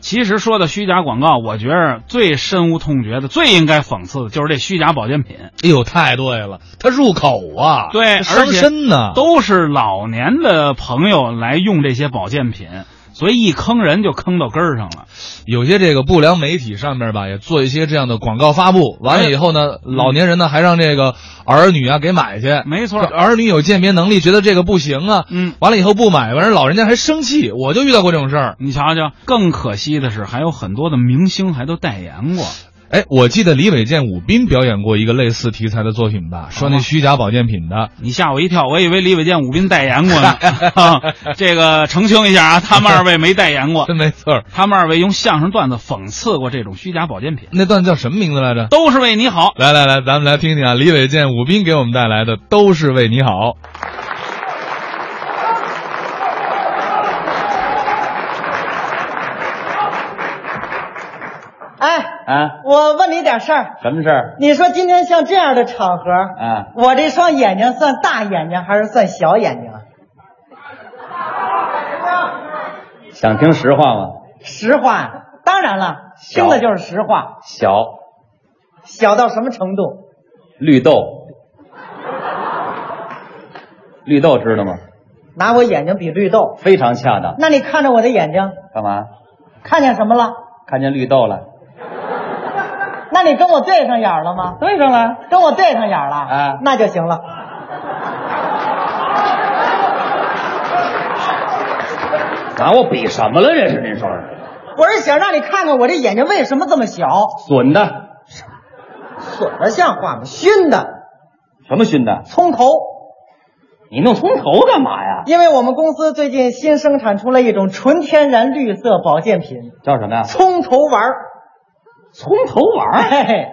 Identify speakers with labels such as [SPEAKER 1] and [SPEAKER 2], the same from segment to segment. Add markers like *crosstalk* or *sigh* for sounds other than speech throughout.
[SPEAKER 1] 其实说到虚假广告，我觉着最深恶痛绝的、最应该讽刺的就是这虚假保健品，
[SPEAKER 2] 哎呦，太对了，它入口啊，
[SPEAKER 1] 对
[SPEAKER 2] 它
[SPEAKER 1] 而
[SPEAKER 2] 伤
[SPEAKER 1] 且
[SPEAKER 2] 身呢，
[SPEAKER 1] 都是老年的朋友来用这些保健品，所以一坑人就坑到根儿上了。
[SPEAKER 2] 有些这个不良媒体上面吧，也做一些这样的广告发布，完了以后呢，老年人呢还让这个儿女啊给买去，
[SPEAKER 1] 没错
[SPEAKER 2] 这儿女有鉴别能力，觉得这个不行啊，
[SPEAKER 1] 嗯，
[SPEAKER 2] 完了以后不买，完了老人家还生气，我就遇到过这种事儿。
[SPEAKER 1] 你瞧瞧，更可惜的是，还有很多的明星还都代言过。
[SPEAKER 2] 哎，我记得李伟健、武斌表演过一个类似题材的作品
[SPEAKER 1] 哦
[SPEAKER 2] 吧，说那虚假保健品的， *laughs*
[SPEAKER 1] 你吓我一跳，我以为李伟健、武斌代言过呢。啊这个澄清一下啊，他们二位没代言过，
[SPEAKER 2] 真没错儿。
[SPEAKER 1] 他们二位用相声段子讽刺过这种虚假保健品，
[SPEAKER 2] 那段叫什么名字来着？
[SPEAKER 1] 都是为你好。
[SPEAKER 2] 来来来，咱们来听听啊，李伟健、武斌给我们带来的都是为你好。
[SPEAKER 3] 哎，
[SPEAKER 4] 啊，
[SPEAKER 3] 我问你点事儿，
[SPEAKER 4] 什么事儿？
[SPEAKER 3] 你说今天像这样的场合，
[SPEAKER 4] 啊，
[SPEAKER 3] 我这双眼睛算大眼睛还是算小眼睛啊？
[SPEAKER 4] 想听实话吗？
[SPEAKER 3] 实话呀，当然了，
[SPEAKER 4] 小
[SPEAKER 3] 听的就是实话，
[SPEAKER 4] 小
[SPEAKER 3] 小到什么程度？
[SPEAKER 4] 绿豆，绿豆知道吗？
[SPEAKER 3] 拿我眼睛比绿豆，
[SPEAKER 4] 非常恰当。
[SPEAKER 3] 那你看着我的眼睛，
[SPEAKER 4] 干嘛？
[SPEAKER 3] 看见什么了？
[SPEAKER 4] 看见绿豆了？
[SPEAKER 3] 那你跟我对上眼儿了吗？
[SPEAKER 4] 对上了。
[SPEAKER 3] 跟我对上眼儿了，
[SPEAKER 4] 啊
[SPEAKER 3] 那就行了。
[SPEAKER 4] 拿我比什么了？这是您说是
[SPEAKER 3] 我是想让你看看我这眼睛为什么这么小，
[SPEAKER 4] 损的？
[SPEAKER 3] 损的像话吗？熏的，
[SPEAKER 4] 什么熏的？
[SPEAKER 3] 葱头。
[SPEAKER 4] 你弄葱头干嘛呀？
[SPEAKER 3] 因为我们公司最近新生产出了一种纯天然绿色保健品
[SPEAKER 4] 叫什么呀
[SPEAKER 3] ——葱头丸儿，
[SPEAKER 4] 葱头丸儿。
[SPEAKER 3] 嘿嘿，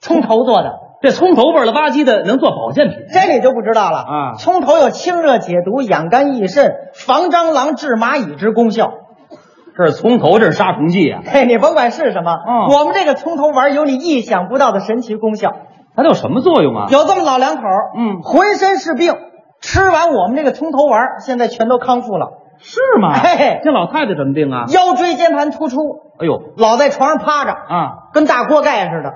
[SPEAKER 3] 葱头做的，
[SPEAKER 4] 这葱头味儿了吧唧的，能做保健品？
[SPEAKER 3] 这你就不知道了
[SPEAKER 4] 啊
[SPEAKER 3] 葱头有清热解毒、养肝益肾、防蟑螂、治蚂蚁之功效。
[SPEAKER 4] 这是葱头，这是杀虫剂啊！
[SPEAKER 3] 嘿，你甭管是什么，
[SPEAKER 4] 嗯
[SPEAKER 3] 我们这个葱头丸儿有你意想不到的神奇功效。
[SPEAKER 4] 它都有什么作用啊？
[SPEAKER 3] 有这么老两口，
[SPEAKER 4] 嗯
[SPEAKER 3] 浑身是病，吃完我们这个葱头丸儿，现在全都康复了，
[SPEAKER 4] 是吗
[SPEAKER 3] 嘿嘿
[SPEAKER 4] 这老太太怎么病啊？
[SPEAKER 3] 腰椎间盘突出，
[SPEAKER 4] 哎呦
[SPEAKER 3] 老在床上趴着，
[SPEAKER 4] 啊！
[SPEAKER 3] 跟大锅盖似的。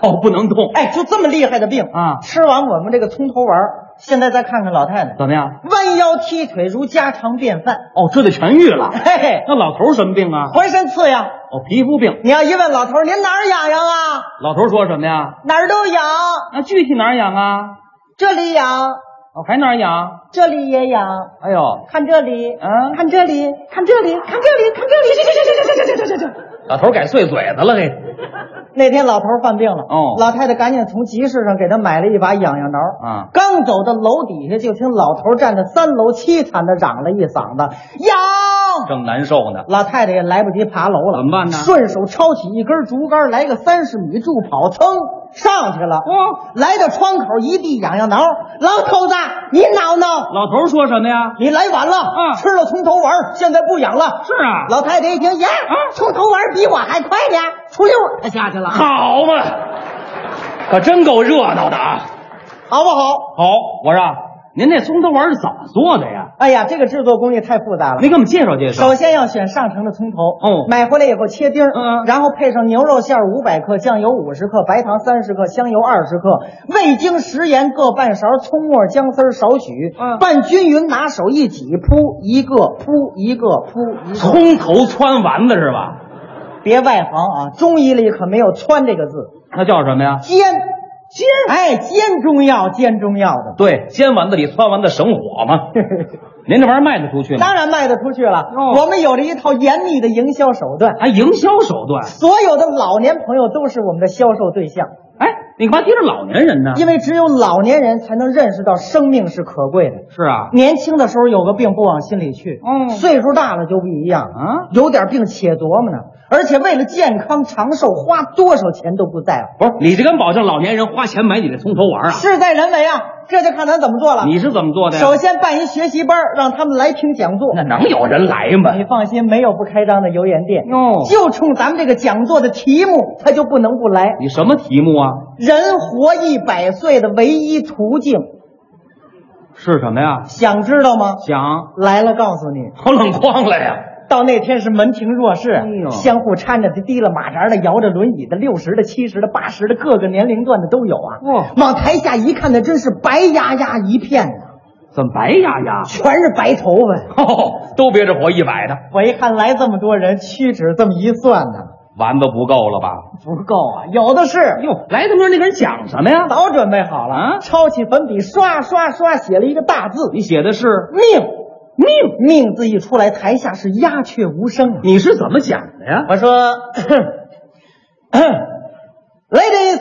[SPEAKER 4] 哦，不能动。
[SPEAKER 3] 哎，就这么厉害的病
[SPEAKER 4] 啊
[SPEAKER 3] 吃完我们这个葱头丸儿，现在再看看老太太，
[SPEAKER 4] 怎么样？
[SPEAKER 3] 弯腰踢腿如家常便饭。
[SPEAKER 4] 哦，这就痊愈了。
[SPEAKER 3] 嘿嘿，
[SPEAKER 4] 那老头儿什么病啊？
[SPEAKER 3] 浑身刺痒。
[SPEAKER 4] 哦，皮肤病。
[SPEAKER 3] 你要一问老头儿，您哪儿痒痒啊？
[SPEAKER 4] 老头儿说什么呀？
[SPEAKER 3] 哪儿都痒，
[SPEAKER 4] 啊，具体哪儿痒啊？
[SPEAKER 3] 这里痒，
[SPEAKER 4] 哦，还哪儿痒？
[SPEAKER 3] 这里也痒，
[SPEAKER 4] 哎呦，
[SPEAKER 3] 看这里，
[SPEAKER 4] 啊
[SPEAKER 3] 看这里，看这里，看这里，看这里，这这这这这这这这这这。
[SPEAKER 4] 老头儿改碎嘴子了，嘿。
[SPEAKER 3] *laughs* 那天老头儿犯病了，
[SPEAKER 4] 哦
[SPEAKER 3] 老太太赶紧从集市上给他买了一把痒痒挠。
[SPEAKER 4] 啊
[SPEAKER 3] 刚走到楼底下，就听老头儿站在三楼凄惨的嚷了一嗓子：“痒
[SPEAKER 4] 正难受呢！”。
[SPEAKER 3] 老太太也来不及爬楼了，
[SPEAKER 4] 怎么办呢
[SPEAKER 3] 顺手抄起一根竹竿，来个三十米助跑，噌上去了。
[SPEAKER 4] 哦
[SPEAKER 3] 来到窗口，一地痒痒挠。老头子，你挠挠，
[SPEAKER 4] 老头儿说什么呀？
[SPEAKER 3] 你来晚了，
[SPEAKER 4] 啊
[SPEAKER 3] 吃了葱头丸儿，现在不痒了。
[SPEAKER 4] 是啊
[SPEAKER 3] 老太太一听，耶，葱头丸儿比我还快呢，出溜
[SPEAKER 4] 哎
[SPEAKER 3] 儿她下去了。
[SPEAKER 4] 好嘛，可真够热闹的啊！
[SPEAKER 3] 好不好？
[SPEAKER 4] 好，我说啊您这葱头丸儿是怎么做的呀？
[SPEAKER 3] 哎呀，这个制作工艺太复杂了
[SPEAKER 4] 您。给我们介绍介绍
[SPEAKER 3] 首。先要选上乘的葱头，
[SPEAKER 4] 哦
[SPEAKER 3] 买回来以后切丁儿，
[SPEAKER 4] 嗯嗯
[SPEAKER 3] 然后配上牛肉馅五百克、酱油五十克、白糖三十克、香油二十克、味精、食盐各半勺、葱末、姜丝儿少许，
[SPEAKER 4] 嗯
[SPEAKER 3] 拌均匀，拿手一挤，铺一个，铺一个，铺一个。
[SPEAKER 4] 葱头穿丸子是吧？
[SPEAKER 3] 别外行啊，中医里可没有“穿”这个字，
[SPEAKER 4] 那叫什么呀？
[SPEAKER 3] 煎煎，哎，煎中药，煎中药的。
[SPEAKER 4] 对，煎丸子里汆丸子省火 *laughs* 嘛。您这玩意儿卖得出去吗
[SPEAKER 3] 当？然卖得出去了，
[SPEAKER 4] 哦
[SPEAKER 3] 我们有了一套严密的营销手段，
[SPEAKER 4] 还营销手段？
[SPEAKER 3] 所有的老年朋友都是我们的销售对象，
[SPEAKER 4] 哎，你干嘛提着老年人呢？
[SPEAKER 3] 因为只有老年人才能认识到生命是可贵的。
[SPEAKER 4] 是啊，
[SPEAKER 3] 年轻的时候有个病不往心里去，
[SPEAKER 4] 哦
[SPEAKER 3] 岁数大了就不一样
[SPEAKER 4] 啊
[SPEAKER 3] 有点病且琢磨呢。而且为了健康长寿，花多少钱都不在乎，
[SPEAKER 4] 不是你这敢保证老年人花钱买你这葱头丸啊？
[SPEAKER 3] 事在人为啊，这就看咱怎么做了。
[SPEAKER 4] 你是怎么做的呀？
[SPEAKER 3] 首先办一学习班儿，让他们来听讲座。
[SPEAKER 4] 那能有人来
[SPEAKER 3] 你
[SPEAKER 4] 吗？
[SPEAKER 3] 放心，没有不开张的油盐店，
[SPEAKER 4] 哦
[SPEAKER 3] 就冲咱们这个讲座的题目，他就不能不来。
[SPEAKER 4] 你什么题目啊？
[SPEAKER 3] 人活一百岁的唯一途径，
[SPEAKER 4] 是什么呀？
[SPEAKER 3] 想知道吗？
[SPEAKER 4] 想 *laughs*
[SPEAKER 3] 来了告诉你。
[SPEAKER 4] 跑冷光了呀？
[SPEAKER 3] 到那天是门庭若市，
[SPEAKER 4] 哎呦
[SPEAKER 3] 相互搀着的、提了马扎的、摇着轮椅的、六十的、七十的、八十的，各个年龄段的都有啊。
[SPEAKER 4] 哇
[SPEAKER 3] 往台下一看，那真是白压压一片呐、
[SPEAKER 4] 怎么白呀呀？
[SPEAKER 3] 全是白头发呀。
[SPEAKER 4] *laughs* 哦，都憋着活一百的，
[SPEAKER 3] 我一看来这么多人，屈指这么一算呢，
[SPEAKER 4] 丸子不够了吧？
[SPEAKER 3] 不够啊，有的是。
[SPEAKER 4] 哟，来这么多人那个人讲什么呀？
[SPEAKER 3] 早准备好了
[SPEAKER 4] 啊
[SPEAKER 3] 抄起粉笔，刷刷刷写了一个大字
[SPEAKER 4] 你写的是
[SPEAKER 3] “命”，命命字一出来，台下是鸦雀无声啊。
[SPEAKER 4] 你是怎么讲的呀？
[SPEAKER 3] 我说 *clears throat* ，Ladies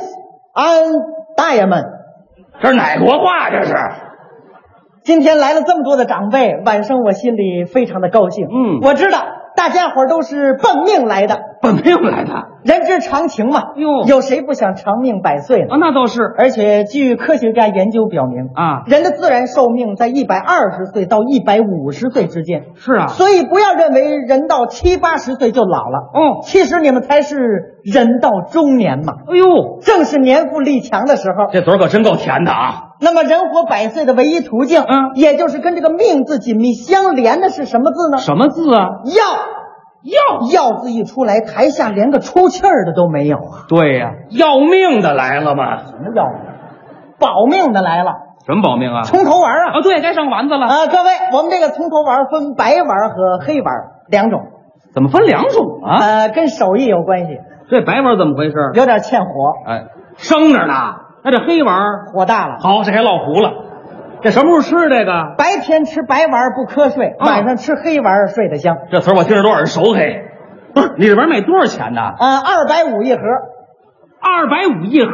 [SPEAKER 3] and 大爷们，
[SPEAKER 4] 这是哪国话？这是
[SPEAKER 3] 今天来了这么多的长辈，晚生我心里非常的高兴。
[SPEAKER 4] 嗯
[SPEAKER 3] 我知道大家伙都是奔命来的，
[SPEAKER 4] 本命来的啊？
[SPEAKER 3] 人之常情嘛。
[SPEAKER 4] 哟嗯
[SPEAKER 3] 有谁不想长命百岁呢？
[SPEAKER 4] 那倒是
[SPEAKER 3] 而且据科学家研究表明，
[SPEAKER 4] 啊，
[SPEAKER 3] 人的自然寿命在一百二十岁到一百五十岁之间，
[SPEAKER 4] 是啊，
[SPEAKER 3] 所以不要认为人到七八十岁就老了。
[SPEAKER 4] 哦，
[SPEAKER 3] 其实你们才是人到中年嘛。
[SPEAKER 4] 哎呦，
[SPEAKER 3] 正是年富力强的时候。
[SPEAKER 4] 这嘴儿可真够甜的啊！
[SPEAKER 3] 那么，人活百岁的唯一途径，
[SPEAKER 4] 嗯
[SPEAKER 3] 也就是跟这个命字紧密相连的是什么字呢？
[SPEAKER 4] 什么字啊？
[SPEAKER 3] 要要要字一出来，台下连个出气儿的都没有啊！
[SPEAKER 4] 对呀、要命的来了嘛？
[SPEAKER 3] 什么要命？保命的来了，
[SPEAKER 4] 什么保命啊？
[SPEAKER 3] 从头玩啊！
[SPEAKER 4] 啊，对，该上丸子了。
[SPEAKER 3] 啊，各位，我们这个从头玩分白玩和黑玩两种，
[SPEAKER 4] 怎么分两种啊？
[SPEAKER 3] 呃，跟手艺有关系，
[SPEAKER 4] 这白丸怎么回事？
[SPEAKER 3] 有点欠火，
[SPEAKER 4] 哎，生着呢。那这黑丸
[SPEAKER 3] 火大了。
[SPEAKER 4] 好，这还落糊了。这什么时候吃这个？
[SPEAKER 3] 白天吃白玩不瞌睡，
[SPEAKER 4] 啊
[SPEAKER 3] 晚上吃黑玩睡得香。
[SPEAKER 4] 这词儿我听着多耳熟嘿。不是，你这玩意儿卖多少钱呢？
[SPEAKER 3] 呃，二百五一盒，
[SPEAKER 4] 二百五一盒。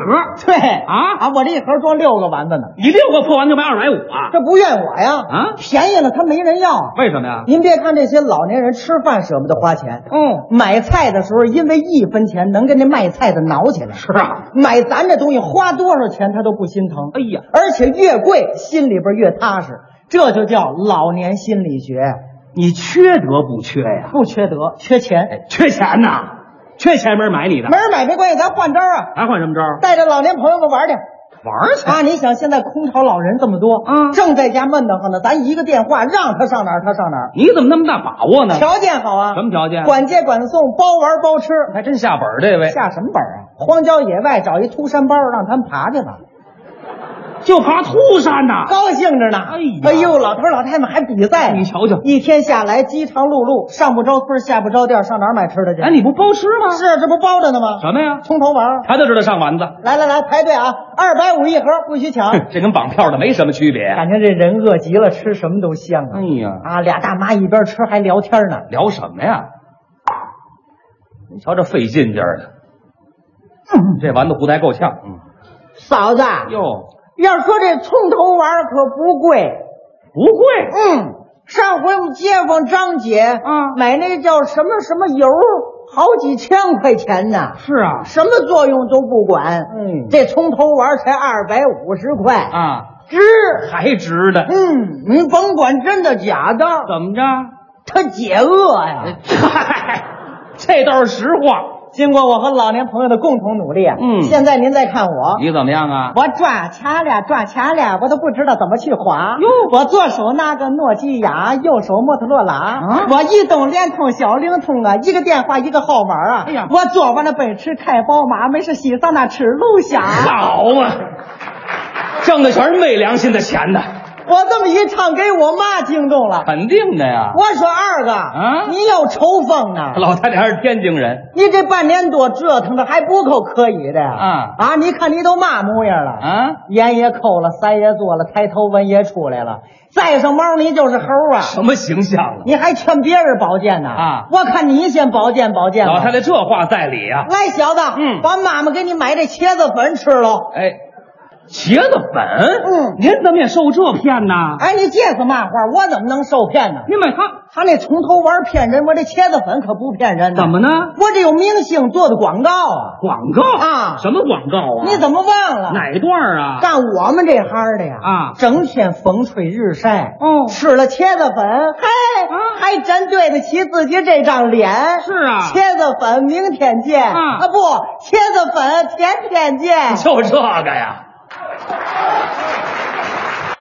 [SPEAKER 3] 对
[SPEAKER 4] 啊
[SPEAKER 3] 啊，我这一盒装六个丸子呢，
[SPEAKER 4] 你六个破丸就卖二百五啊？
[SPEAKER 3] 这不怨我呀
[SPEAKER 4] 啊
[SPEAKER 3] 便宜了他没人要啊。
[SPEAKER 4] 为什么呀？
[SPEAKER 3] 您别看这些老年人吃饭舍不得花钱，
[SPEAKER 4] 哦，
[SPEAKER 3] 买菜的时候因为一分钱能跟那卖菜的挠起来，
[SPEAKER 4] 是啊。
[SPEAKER 3] 买咱这东西花多少钱他都不心疼，
[SPEAKER 4] 哎呀，
[SPEAKER 3] 而且越贵心里边越踏实，这就叫老年心理学，
[SPEAKER 4] 你缺德不缺呀？哎
[SPEAKER 3] 不缺德，缺钱，
[SPEAKER 4] 缺钱呐？缺钱没人买你的
[SPEAKER 3] 没。人买没关系，咱换招啊，
[SPEAKER 4] 还换什么招儿？
[SPEAKER 3] 带着老年朋友们玩去。
[SPEAKER 4] 玩去。
[SPEAKER 3] 啊，你想现在空巢老人这么多，
[SPEAKER 4] 嗯
[SPEAKER 3] 正在家闷得慌呢，咱一个电话让他上哪儿他上哪儿，
[SPEAKER 4] 你怎么那么大把握呢？
[SPEAKER 3] 条件好啊，
[SPEAKER 4] 什么条件？哎
[SPEAKER 3] 管接管送，包玩包吃，
[SPEAKER 4] 还真下本儿这位，
[SPEAKER 3] 下什么本儿啊？荒郊野外找一秃山包，让他们爬去吧，
[SPEAKER 4] 就爬秃山呐。
[SPEAKER 3] 高兴着呢。
[SPEAKER 4] 哎呀
[SPEAKER 3] 呦，老头老太太们还比赛呢，
[SPEAKER 4] 你瞧瞧
[SPEAKER 3] 一天下来饥肠辘辘，上不着村下不着店，上哪儿买吃的去？
[SPEAKER 4] 哎，你不包吃吗？
[SPEAKER 3] 是这不包着呢吗？
[SPEAKER 4] 什么呀？
[SPEAKER 3] 从头玩儿，
[SPEAKER 4] 他就知道上丸子，
[SPEAKER 3] 来来来，排队啊，二百五一盒，不许
[SPEAKER 4] *laughs*
[SPEAKER 3] 抢。
[SPEAKER 4] 啊哼这跟绑票的没什么区别。
[SPEAKER 3] 感觉这人饿极了，吃什么都香啊！
[SPEAKER 4] 哎呀，
[SPEAKER 3] 啊，俩大妈一边吃还聊天呢。
[SPEAKER 4] 聊什么呀？你瞧这费劲劲儿的，这丸子糊的还够呛。嗯，
[SPEAKER 3] 嫂子，
[SPEAKER 4] 哟，
[SPEAKER 3] 要说这葱头丸儿可不贵，
[SPEAKER 4] 不贵，
[SPEAKER 3] 嗯，上回我们街坊张姐
[SPEAKER 4] 啊
[SPEAKER 3] 买那叫什么什么油，好几千块钱呢，
[SPEAKER 4] 是啊，
[SPEAKER 3] 什么作用都不管。
[SPEAKER 4] 嗯
[SPEAKER 3] 这葱头丸才二百五十块，
[SPEAKER 4] 啊，
[SPEAKER 3] 值。
[SPEAKER 4] 还值的。
[SPEAKER 3] 嗯，你甭管真的假的，
[SPEAKER 4] 怎么着？ *laughs*
[SPEAKER 3] 它解饿呀。
[SPEAKER 4] 嗨，这倒是实话。
[SPEAKER 3] 哎经过我和老年朋友的共同努力，啊
[SPEAKER 4] 嗯
[SPEAKER 3] 现在您再看我，
[SPEAKER 4] 你怎么样啊？
[SPEAKER 3] 我抓掐了，抓掐了，我都不知道怎么去划。
[SPEAKER 4] 哟
[SPEAKER 3] 我左手拿个诺基亚，右手摩托罗拉。
[SPEAKER 4] 啊
[SPEAKER 3] 我移动、联通、小灵通啊，一个电话一个号码啊。
[SPEAKER 4] 哎呀
[SPEAKER 3] 我左边那奔驰开宝马，没事西上那吃龙虾。
[SPEAKER 4] 啊好嘛，挣的全是昧良心的钱呢，
[SPEAKER 3] 我这么一唱，给我妈惊动了。
[SPEAKER 4] 肯定的哎呀。
[SPEAKER 3] 我说二哥，
[SPEAKER 4] 啊
[SPEAKER 3] 你有抽风呢？
[SPEAKER 4] 老太太还是天津人
[SPEAKER 3] 你这半年多折腾的还不够可以的呀！
[SPEAKER 4] 啊
[SPEAKER 3] 啊，你看你都嘛模样了？
[SPEAKER 4] 啊？
[SPEAKER 3] 眼也抠了，腮也做了，抬头纹也出来了，再上猫你就是猴啊！
[SPEAKER 4] 什么形象啊？
[SPEAKER 3] 你还劝别人保健呢？
[SPEAKER 4] 啊
[SPEAKER 3] 我看你先保健保健吧。
[SPEAKER 4] 老太太这话在理啊。
[SPEAKER 3] 来，小子，
[SPEAKER 4] 嗯
[SPEAKER 3] 把妈妈给你买这茄子粉吃喽。
[SPEAKER 4] 哎，茄子粉，
[SPEAKER 3] 嗯
[SPEAKER 4] 您怎么也受这骗呐？
[SPEAKER 3] 哎，你这是嘛话？我怎么能受骗呢？
[SPEAKER 4] 您买它
[SPEAKER 3] 他那从头玩骗人，我这茄子粉可不骗人的。
[SPEAKER 4] 怎么？呢？
[SPEAKER 3] 我这有明星做的广告啊！
[SPEAKER 4] 广告
[SPEAKER 3] 啊
[SPEAKER 4] 什么广告啊？
[SPEAKER 3] 你怎么忘了？
[SPEAKER 4] 哪段啊？
[SPEAKER 3] 干我们这行的呀，
[SPEAKER 4] 啊
[SPEAKER 3] 整天风吹日晒，
[SPEAKER 4] 哦
[SPEAKER 3] 吃了茄子粉，嘿，
[SPEAKER 4] 啊
[SPEAKER 3] 还真对得起自己这张脸。
[SPEAKER 4] 是啊
[SPEAKER 3] 茄子粉，明天见
[SPEAKER 4] 啊
[SPEAKER 3] 不，茄子粉，天天见。
[SPEAKER 4] *laughs* 就这个呀。